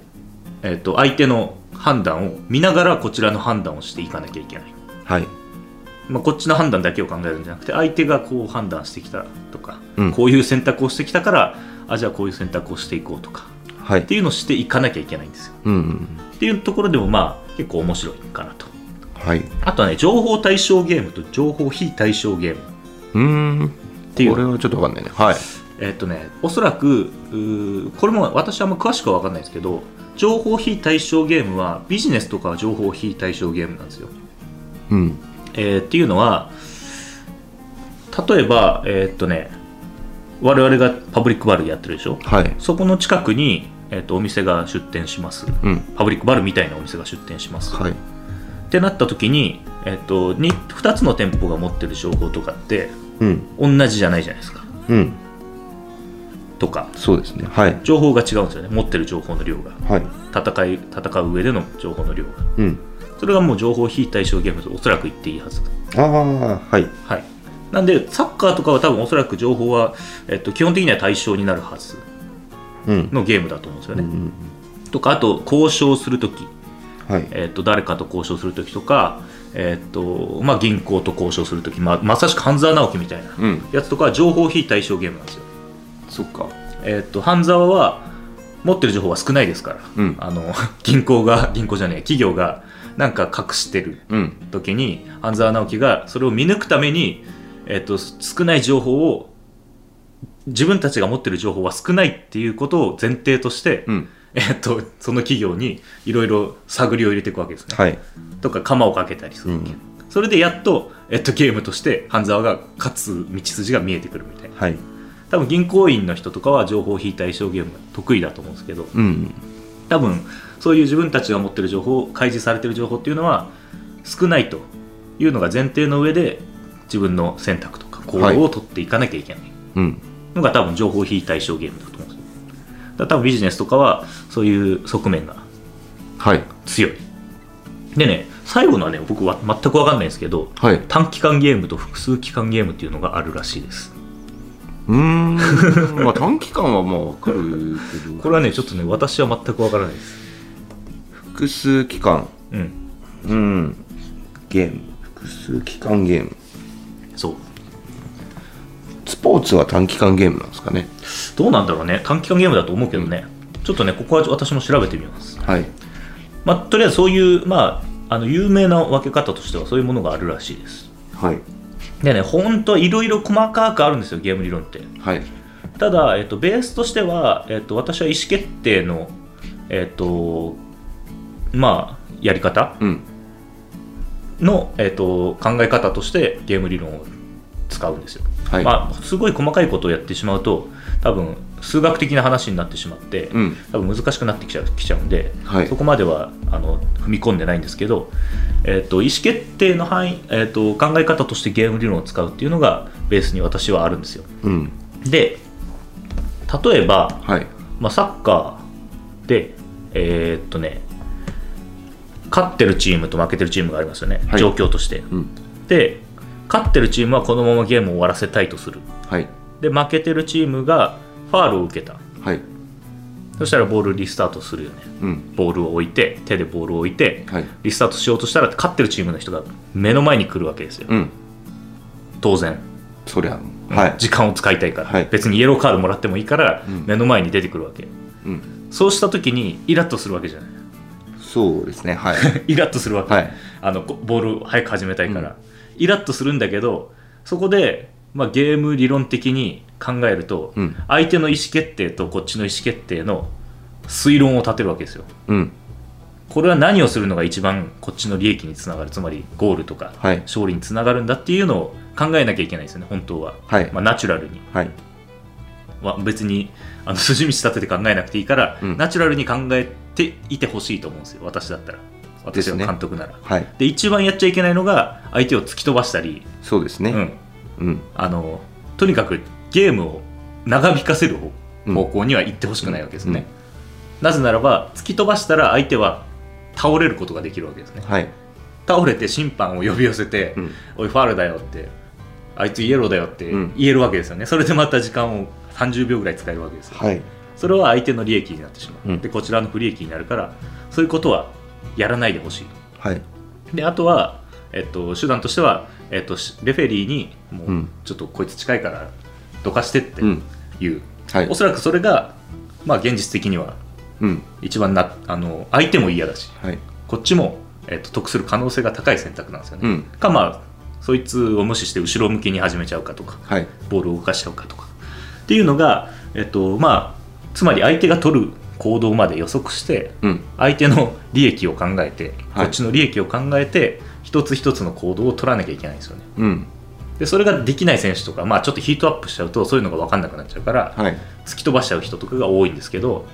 Speaker 1: えっと相手の判断を見ながらこちらの判断をしていかなきゃいけない、
Speaker 2: はい
Speaker 1: まあ、こっちの判断だけを考えるんじゃなくて相手がこう判断してきたとか、
Speaker 2: うん
Speaker 1: こういう選択をしてきたからあじゃあこういう選択をしていこうとか
Speaker 2: は
Speaker 1: っ
Speaker 2: い
Speaker 1: ていうのをしていかなきゃいけないんですよ
Speaker 2: うんうん
Speaker 1: っていうところでもまあ結構面白いかなと
Speaker 2: はい
Speaker 1: あとはね情報対象ゲームと情報非対象ゲーム
Speaker 2: うーん
Speaker 1: ていう
Speaker 2: これはちょっとわかんないねはい
Speaker 1: えっとね、おそらくうーこれも私はあんま詳しくは分かんないですけど情報非対象ゲームはビジネスとかは情報非対象ゲームなんですよ、
Speaker 2: うん
Speaker 1: えーっていうのは例えばえーっとね我々がパブリックバルやってるでしょ
Speaker 2: はい
Speaker 1: そこの近くに、えーっとお店が出店します
Speaker 2: うん
Speaker 1: パブリックバルみたいなお店が出店します、
Speaker 2: はい
Speaker 1: ってなった時に、えーっと 2, 2つの店舗が持ってる情報とかって
Speaker 2: うん
Speaker 1: 同じじゃないじゃないですか
Speaker 2: うん
Speaker 1: とか
Speaker 2: そうですねはい
Speaker 1: 情報が違うんですよね持ってる情報の量が
Speaker 2: はい
Speaker 1: 戦い戦う上での情報の量が
Speaker 2: うん
Speaker 1: それがもう情報非対象ゲームとおそらく言っていいはず
Speaker 2: ああはい
Speaker 1: はいなんでサッカーとかは多分おそらく情報は、えっと、基本的には対象になるはず
Speaker 2: うん
Speaker 1: のゲームだと思うんですよ
Speaker 2: う
Speaker 1: ね、
Speaker 2: ん
Speaker 1: とかあと交渉するとき、
Speaker 2: はい
Speaker 1: えっと、誰かと交渉するときとか、えっとまあ、銀行と交渉するとき、まあ、まさしく半沢直樹みたいな
Speaker 2: うん
Speaker 1: やつとかは情報非対象ゲームなんですよ
Speaker 2: そっか
Speaker 1: えっと半沢は持ってる情報は少ないですから、
Speaker 2: うん
Speaker 1: あの *laughs* 銀行が銀行じゃねえ企業がなんか隠してる
Speaker 2: うん
Speaker 1: 時に半沢直樹がそれを見抜くために、えっと少ない情報を自分たちが持ってる情報は少ないっていうことを前提として、
Speaker 2: うん
Speaker 1: えっとその企業にいろいろ探りを入れていくわけですね、
Speaker 2: はい
Speaker 1: とか釜をかけたりするわけ、
Speaker 2: うん
Speaker 1: それでやっと、えっとゲームとして半沢が勝つ道筋が見えてくるみたいな
Speaker 2: はい
Speaker 1: 多分銀行員の人とかは情報非対象ゲーム得意だと思うんですけど
Speaker 2: うん
Speaker 1: 多分そういう自分たちが持ってる情報開示されてる情報っていうのは少ないというのが前提の上で自分の選択とか行動を取っていかなきゃいけない
Speaker 2: うん
Speaker 1: のが多分情報非対象ゲームだと思うんですよだから多分ビジネスとかはそういう側面が
Speaker 2: はい
Speaker 1: 強いでね最後のはね僕は全く分かんないんですけど
Speaker 2: はいう
Speaker 1: 短期間ゲームと複数期間ゲームっていうのがあるらしいです
Speaker 2: ーん *laughs* まあ短期間はまあわかるけど
Speaker 1: これはねちょっとね私は全く分からないです
Speaker 2: 複数期間
Speaker 1: うん
Speaker 2: うんゲーム複数期間ゲーム
Speaker 1: そう
Speaker 2: スポーツは短期間ゲームなんですかね
Speaker 1: どうなんだろうね短期間ゲームだと思うけどね、ちょっとねここは私も調べてみます、
Speaker 2: はい
Speaker 1: まあ、とりあえずそういう、まあ、あの有名な分け方としてはそういうものがあるらしいです
Speaker 2: はい
Speaker 1: でね本当はいろいろ細かくあるんですよゲーム理論って
Speaker 2: はい
Speaker 1: ただ、えっと、ベースとしては、えっと、私は意思決定のえっとまあやり方
Speaker 2: うん
Speaker 1: の、えー、と考え方としてゲーム理論を使うんですよ、
Speaker 2: はい
Speaker 1: まあ、すごい細かいことをやってしまうと多分数学的な話になってしまって、
Speaker 2: うん
Speaker 1: 多分難しくなってきちゃうきちゃうんで、
Speaker 2: はい
Speaker 1: そこまではあの踏み込んでないんですけど、えー、と意思決定の範囲、えー、と考え方としてゲーム理論を使うっていうのがベースに私はあるんですよ
Speaker 2: うん
Speaker 1: で例えば、
Speaker 2: はい
Speaker 1: まあ、サッカーでえーっとね勝ってるチームと負けてるチームがありますよね、
Speaker 2: はい
Speaker 1: 状況として
Speaker 2: うん
Speaker 1: で勝ってるチームはこのままゲームを終わらせたいとする
Speaker 2: はい
Speaker 1: で負けてるチームがファールを受けた
Speaker 2: はい
Speaker 1: そしたらボールリスタートするよね
Speaker 2: うん
Speaker 1: ボールを置いて手でボールを置いて
Speaker 2: はい
Speaker 1: リスタートしようとしたら勝ってるチームの人が目の前に来るわけですよ、
Speaker 2: うん
Speaker 1: 当然
Speaker 2: そりゃはい
Speaker 1: 時間を使いたいから、
Speaker 2: はい
Speaker 1: 別にイエローカードもらってもいいから
Speaker 2: うん
Speaker 1: 目の前に出てくるわけ、
Speaker 2: うん
Speaker 1: そうした時にイラッとするわけじゃない *laughs*
Speaker 2: そうですねはい
Speaker 1: イラッとするわけ、
Speaker 2: はい
Speaker 1: あのこボールを早く始めたいから、イラッとするんだけどそこで、まあ、ゲーム理論的に考えると、
Speaker 2: うん
Speaker 1: 相手の意思決定とこっちの意思決定の推論を立てるわけですよ
Speaker 2: うん
Speaker 1: これは何をするのが一番こっちの利益につながるつまりゴールとか
Speaker 2: はい
Speaker 1: 勝利につながるんだっていうのを考えなきゃいけないですよね本当は、
Speaker 2: はい
Speaker 1: まあ、ナチュラルに、
Speaker 2: はい
Speaker 1: まあ、別にあの *laughs* 筋道立てて考えなくていいから、
Speaker 2: うん
Speaker 1: ナチュラルに考えていてほしいと思うんですよ私だったら私は
Speaker 2: ですね
Speaker 1: 監督なら、
Speaker 2: はい
Speaker 1: で一番やっちゃいけないのが相手を突き飛ばしたり、
Speaker 2: そうです
Speaker 1: う
Speaker 2: ね
Speaker 1: ん、
Speaker 2: うん
Speaker 1: あのとにかくゲームを長引かせる方
Speaker 2: うん
Speaker 1: 方向には行ってほしくないわけですね、なぜならば突き飛ばしたら相手は倒れることができるわけですね
Speaker 2: はい
Speaker 1: 倒れて審判を呼び寄せて「
Speaker 2: うん
Speaker 1: おいファールだよ」って「あいつイエローだよ」って
Speaker 2: うん
Speaker 1: 言えるわけですよね、それでまた時間を30秒ぐらい使えるわけですよ、
Speaker 2: はい
Speaker 1: それは相手の利益になってしまう、
Speaker 2: うん
Speaker 1: でこちらの不利益になるからそういうことはやらないでほしい
Speaker 2: はい
Speaker 1: であとは、えっと、手段としては、えっと、しレフェリーにもう、
Speaker 2: うん
Speaker 1: ちょっとこいつ近いからどかしてって
Speaker 2: うん
Speaker 1: いう、
Speaker 2: はい
Speaker 1: おそらくそれが、まあ、現実的には
Speaker 2: うん
Speaker 1: 一番なあの相手も嫌だし
Speaker 2: はい
Speaker 1: こっちも、えっと、得する可能性が高い選択なんですよね、
Speaker 2: うん
Speaker 1: かまあそいつを無視して後ろ向きに始めちゃうかとか
Speaker 2: はい
Speaker 1: ボールを動かしちゃうかとかっていうのが、えっとまあ、つまり相手が取る行動まで予測して
Speaker 2: うん
Speaker 1: 相手の利益を考えて、
Speaker 2: はい
Speaker 1: こっちの利益を考えて一つ一つの行動を取らなきゃいけないんですよね
Speaker 2: うん
Speaker 1: でそれができない選手とか、まあ、ちょっとヒートアップしちゃうとそういうのが分かんなくなっちゃうから、
Speaker 2: はい
Speaker 1: 突き飛ばしちゃう人とかが多いんですけど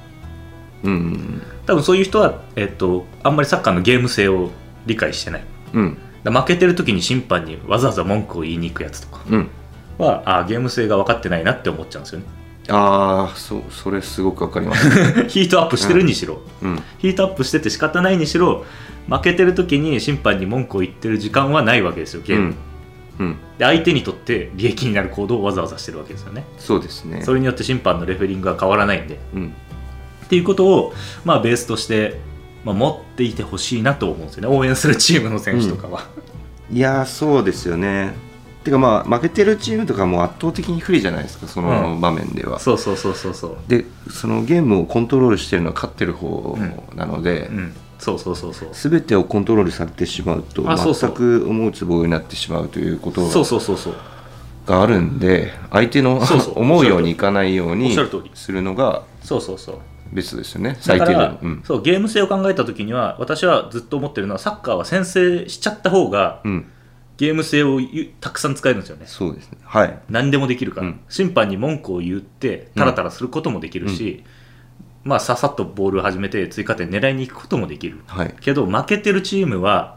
Speaker 2: うん
Speaker 1: 多分そういう人は、えっと、あんまりサッカーのゲーム性を理解してない
Speaker 2: うん
Speaker 1: だ負けてる時に審判にわざわざ文句を言いに行くやつとか
Speaker 2: うん
Speaker 1: はあーゲーム性が分かってないなって思っちゃうんですよね *laughs*
Speaker 2: ああそそれすごくわかります
Speaker 1: ヒートアップしてるにしろ、
Speaker 2: うん
Speaker 1: ヒートアップしてて仕方ないにしろ負けてる時に審判に文句を言ってる時間はないわけですよゲーム、
Speaker 2: うんうん
Speaker 1: で相手にとって利益になる行動をわざわざしてるわけですよね
Speaker 2: そうですね
Speaker 1: それによって審判のレフェリングが変わらないんで
Speaker 2: うん
Speaker 1: っていうことを、まあ、ベースとして、まあ、持っていてほしいなと思うんですよね応援するチームの選手とかは、
Speaker 2: いやーそうですよねてかまあ負けてるチームとかも圧倒的に不利じゃないですかその場面では、
Speaker 1: そうそうそうそうそう
Speaker 2: でそのゲームをコントロールしてるのは勝ってる方なので、
Speaker 1: うんそうそうそうそう
Speaker 2: 全てをコントロールされてしまうと
Speaker 1: あそうそう
Speaker 2: 全く思うつぼになってしまうということ
Speaker 1: そうそうそうそう
Speaker 2: があるんで相手の
Speaker 1: そうそう
Speaker 2: *laughs* 思うようにいかないよう
Speaker 1: おっ
Speaker 2: に
Speaker 1: しゃる通り
Speaker 2: するのが
Speaker 1: そうそうそう
Speaker 2: ベストですよね
Speaker 1: だ
Speaker 2: 最
Speaker 1: か
Speaker 2: 低でも
Speaker 1: ら、
Speaker 2: うん
Speaker 1: そうゲーム性を考えた時には私はずっと思ってるのはサッカーは先制しちゃった方が
Speaker 2: うん、
Speaker 1: ゲーム性をゆたくさん使えるんですよね
Speaker 2: そうですねはい
Speaker 1: 何でもできるから、
Speaker 2: うん
Speaker 1: 審判に文句を言ってタラタラすることもできるし、まあ、ささっとボールを始めて追加点狙いに行くこともできる
Speaker 2: はい
Speaker 1: けど負けてるチームは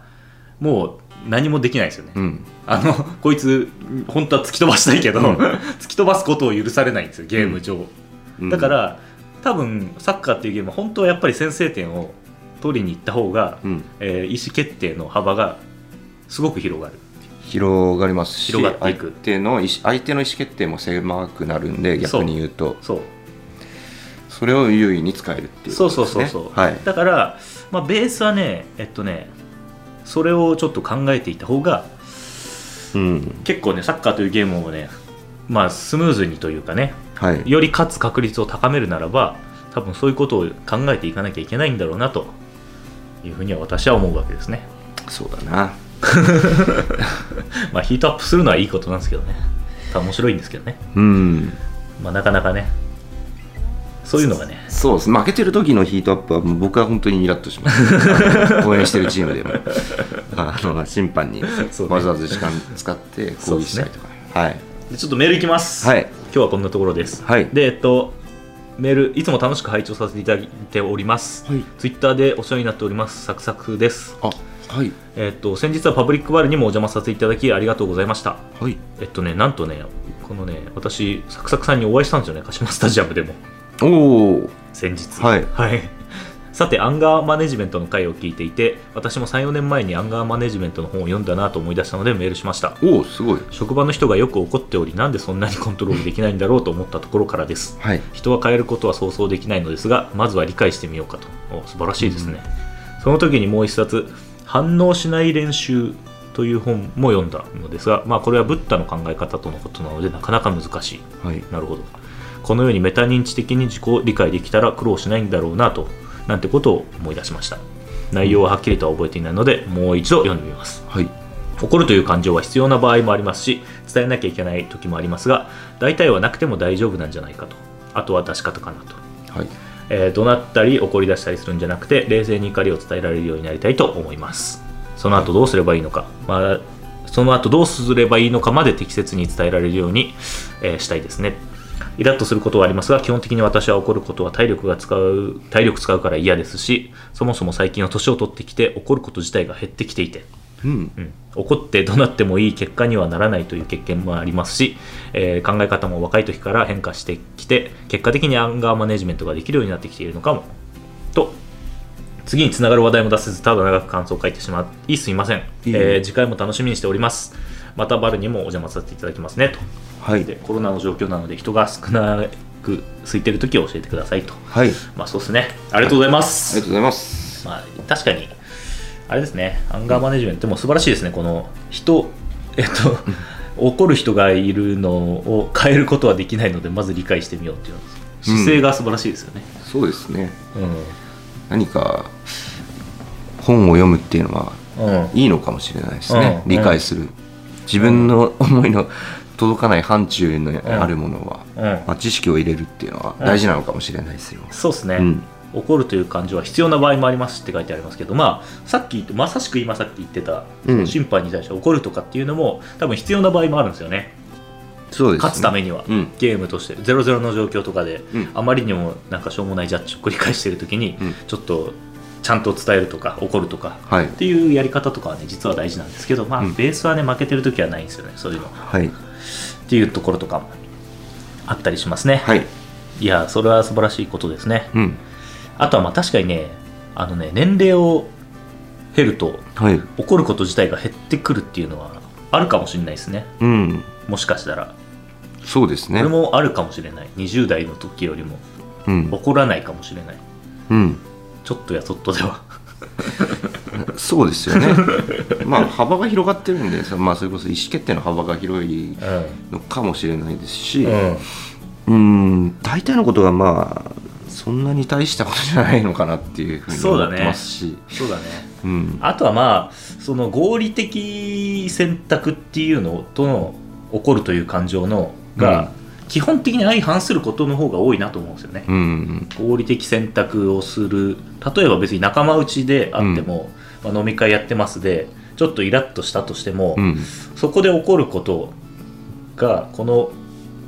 Speaker 1: もう何もできないですよね、
Speaker 2: うん
Speaker 1: あのこいつ本当は突き飛ばしたいけど、
Speaker 2: うん
Speaker 1: *laughs* 突き飛ばすことを許されないんですよゲーム上、
Speaker 2: うん
Speaker 1: だから多分サッカーっていうゲームは本当はやっぱり先制点を取りに行った方が、
Speaker 2: うん
Speaker 1: えー意思決定の幅がすごく広がる
Speaker 2: 広がりますし
Speaker 1: 広がっていく
Speaker 2: 相手の意思相手の意思決定も狭くなるんで
Speaker 1: そう
Speaker 2: 逆に言うと
Speaker 1: そう
Speaker 2: それを優位に使えるっていう
Speaker 1: そ
Speaker 2: こ
Speaker 1: うそ
Speaker 2: と
Speaker 1: う
Speaker 2: です
Speaker 1: そう
Speaker 2: ね
Speaker 1: そう、
Speaker 2: はい
Speaker 1: だから、まあ、ベースはねえっとねそれをちょっと考えていった方が
Speaker 2: うん
Speaker 1: 結構ねサッカーというゲームをねまあスムーズにというかね
Speaker 2: はい
Speaker 1: より勝つ確率を高めるならば多分そういうことを考えていかなきゃいけないんだろうなというふうには私は思うわけですね
Speaker 2: そうだな
Speaker 1: まあヒートアップするのはいいことなんですけどね面白いんですけどね、
Speaker 2: うん
Speaker 1: まあ、なかなかねそういうのがね
Speaker 2: そうです負けてる時のヒートアップはもう僕は本当にイラッとします
Speaker 1: *laughs*
Speaker 2: 応援してるチームでもあの審判に
Speaker 1: そうね
Speaker 2: わざわざ時間使って抗議したりとか、はい
Speaker 1: でちょっとメールいきます、
Speaker 2: はい
Speaker 1: 今日はこんなところです、
Speaker 2: はい
Speaker 1: でえっとメールいつも楽しく拝聴させていただいております、
Speaker 2: はい
Speaker 1: ツイッターでお世話になっておりますサクサクです
Speaker 2: あはい
Speaker 1: えっと先日はパブリックバルにもお邪魔させていただきありがとうございました
Speaker 2: はい
Speaker 1: えっとねなんとねこのね私サクサクさんにお会いしたんですよね鹿島スタジアムでも
Speaker 2: おお
Speaker 1: 先日
Speaker 2: はい
Speaker 1: さてアンガーマネジメントの回を聞いていて私も34年前にアンガーマネジメントの本を読んだなと思い出したのでメールしました
Speaker 2: おおすごい
Speaker 1: 職場の人がよく怒っておりなんでそんなにコントロールできないんだろうと思ったところからです
Speaker 2: はい
Speaker 1: 人は変えることはそうそうできないのですがまずは理解してみようかとお素晴らしいですね、その時にもう一冊「反応しない練習」という本も読んだのですが、まあ、これはブッダの考え方とのことなのでなかなか難しい
Speaker 2: はい
Speaker 1: なるほどこのようにメタ認知的に自己理解できたら苦労しないんだろうなとなんてことを思い出しました内容ははっきりとは覚えていないのでもう一度読んでみます
Speaker 2: はい
Speaker 1: 怒るという感情は必要な場合もありますし伝えなきゃいけない時もありますが大体はなくても大丈夫なんじゃないかとあとは出し方かなと、
Speaker 2: はい
Speaker 1: えー怒鳴ったり怒り出したりするんじゃなくて冷静に怒りを伝えられるようになりたいと思いますその後どうすればいいのか、まあ、その後どうすればいいのかまで適切に伝えられるように、えーしたいですねイラッとすることはありますが基本的に私は怒ることは体力が使う体力使うから嫌ですしそもそも最近は年を取ってきて怒ること自体が減ってきていて
Speaker 2: うん
Speaker 1: うん怒って怒鳴ってもいい結果にはならないという経験もありますし、えー考え方も若い時から変化してきて結果的にアンガーマネジメントができるようになってきているのかもと次につながる話題も出せずただ長く感想を書いてしまいすいません
Speaker 2: いい
Speaker 1: えー次回も楽しみにしておりますまたバルにもお邪魔させていただきますねと
Speaker 2: はい
Speaker 1: でコロナの状況なので人が少なく空いてる時を教えてくださいと
Speaker 2: はいあり
Speaker 1: まあそうですねありがとうございます、
Speaker 2: がとうございます
Speaker 1: まあ、確かに、あれですね、アンガーマネジメントでも素晴らしいですね、この人、えっと、怒る人がいるのを変えることはできないので、まず理解してみようっていう姿勢が素晴らしいですよね。
Speaker 2: そうですね
Speaker 1: う
Speaker 2: 何か本を読むっていうのは
Speaker 1: ん。うん。
Speaker 2: いいのかもしれないですね、
Speaker 1: うん
Speaker 2: 理解する、自分の思いの届かない範疇にあるものは、
Speaker 1: うん。
Speaker 2: まあ、知識を入れるっていうのは大事なのかもしれないですよ、
Speaker 1: そうですね、
Speaker 2: うん
Speaker 1: 怒るという感情は必要な場合もありますって書いてありますけど、まあ、さっき言ってまさしく今さっき言ってた
Speaker 2: うん
Speaker 1: 審判に対して怒るとかっていうのも多分必要な場合もあるんですよね
Speaker 2: そうですね
Speaker 1: 勝つためには、
Speaker 2: うん
Speaker 1: ゲームとして0-0の状況とかで、
Speaker 2: うん
Speaker 1: あまりにもなんかしょうもないジャッジを繰り返している時に、
Speaker 2: うん
Speaker 1: ちょっとちゃんと伝えるとか怒るとか
Speaker 2: はい
Speaker 1: っていうやり方とかはね実は大事なんですけど、まあ
Speaker 2: うん
Speaker 1: ベースはね負けてる時はないんですよねそういうの
Speaker 2: はい
Speaker 1: っていうところとかもあったりしますね、
Speaker 2: はい
Speaker 1: い、やそれは素晴らしいことですね
Speaker 2: うん
Speaker 1: あとはまあ確かにねあのね年齢を減ると
Speaker 2: はい
Speaker 1: 怒ること自体が減ってくるっていうのはあるかもしれないですね
Speaker 2: うん
Speaker 1: もしかしたら
Speaker 2: そうです
Speaker 1: こ
Speaker 2: ね
Speaker 1: れもあるかもしれない20代の時よりも
Speaker 2: うん、
Speaker 1: 怒らないかもしれない
Speaker 2: うん、
Speaker 1: ちょっとやそっとでは
Speaker 2: そうです *laughs* よねまあ幅が広がってるんで、そまあ、それこそ意思決定の幅が広いのかもしれないですし、
Speaker 1: うん
Speaker 2: うん大体のことがまあそんなに大したことじゃないのかなっていうふうに
Speaker 1: そう
Speaker 2: 思
Speaker 1: だ
Speaker 2: っ
Speaker 1: ね
Speaker 2: てますし
Speaker 1: そうだね
Speaker 2: う,、ん、
Speaker 1: あとはまあその合理的選択っていうのとの怒るという感情のが、基本的に相反することの方が多いなと思うんですよね、
Speaker 2: うんうん
Speaker 1: 合理的選択をする例えば別に仲間内であっても、まあ、飲み会やってますでちょっとイラッとしたとしても、
Speaker 2: うん
Speaker 1: そこで起こることがこの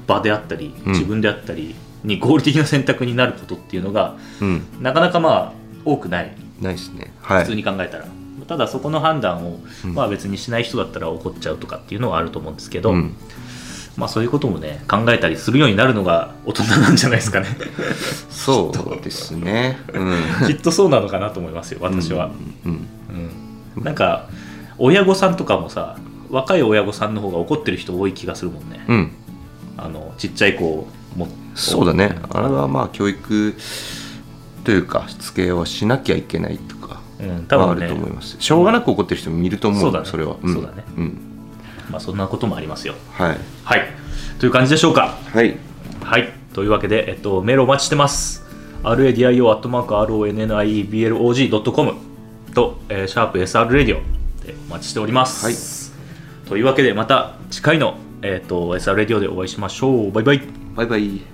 Speaker 1: 場であったり
Speaker 2: うん
Speaker 1: 自分であったりに合理的な選択になることっていうのが
Speaker 2: うん
Speaker 1: なかなかまあ多くない
Speaker 2: ないですねは
Speaker 1: 普通
Speaker 2: い
Speaker 1: に考えたら、ただそこの判断を
Speaker 2: うん
Speaker 1: まあ別にしない人だったら怒っちゃうとかっていうのはあると思うんですけど、
Speaker 2: うん
Speaker 1: まあそういうこともね考えたりするようになるのが大人なんじゃないですか
Speaker 2: *laughs*
Speaker 1: ね
Speaker 2: そうですねうん
Speaker 1: きっとそうなのかなと思いますよ *laughs* 私は、
Speaker 2: うん
Speaker 1: うんなんか親御さんとかもさ若い親御さんの方が怒ってる人多い気がするもんね、
Speaker 2: うん、うん
Speaker 1: あのちっちゃい子をも
Speaker 2: そうだねあれはまあ教育というかしつけはしなきゃいけないとか
Speaker 1: うん多
Speaker 2: はあ
Speaker 1: 分
Speaker 2: る
Speaker 1: ね
Speaker 2: と思います、しょうがなく怒ってる人もいると思う
Speaker 1: そうだね
Speaker 2: それは、ん、
Speaker 1: そうだね
Speaker 2: うん
Speaker 1: まあ、そんなこともありますよ
Speaker 2: はい
Speaker 1: はいという感じでしょうか
Speaker 2: はい
Speaker 1: はいというわけで、えっと、メールお待ちしてます radio.ronnaiblog.com と、えー、シャープ s r レディオでお待ちしております、というわけでまた次回の、えっと SR レディオでお会いしましょうバイバイ
Speaker 2: バイバイ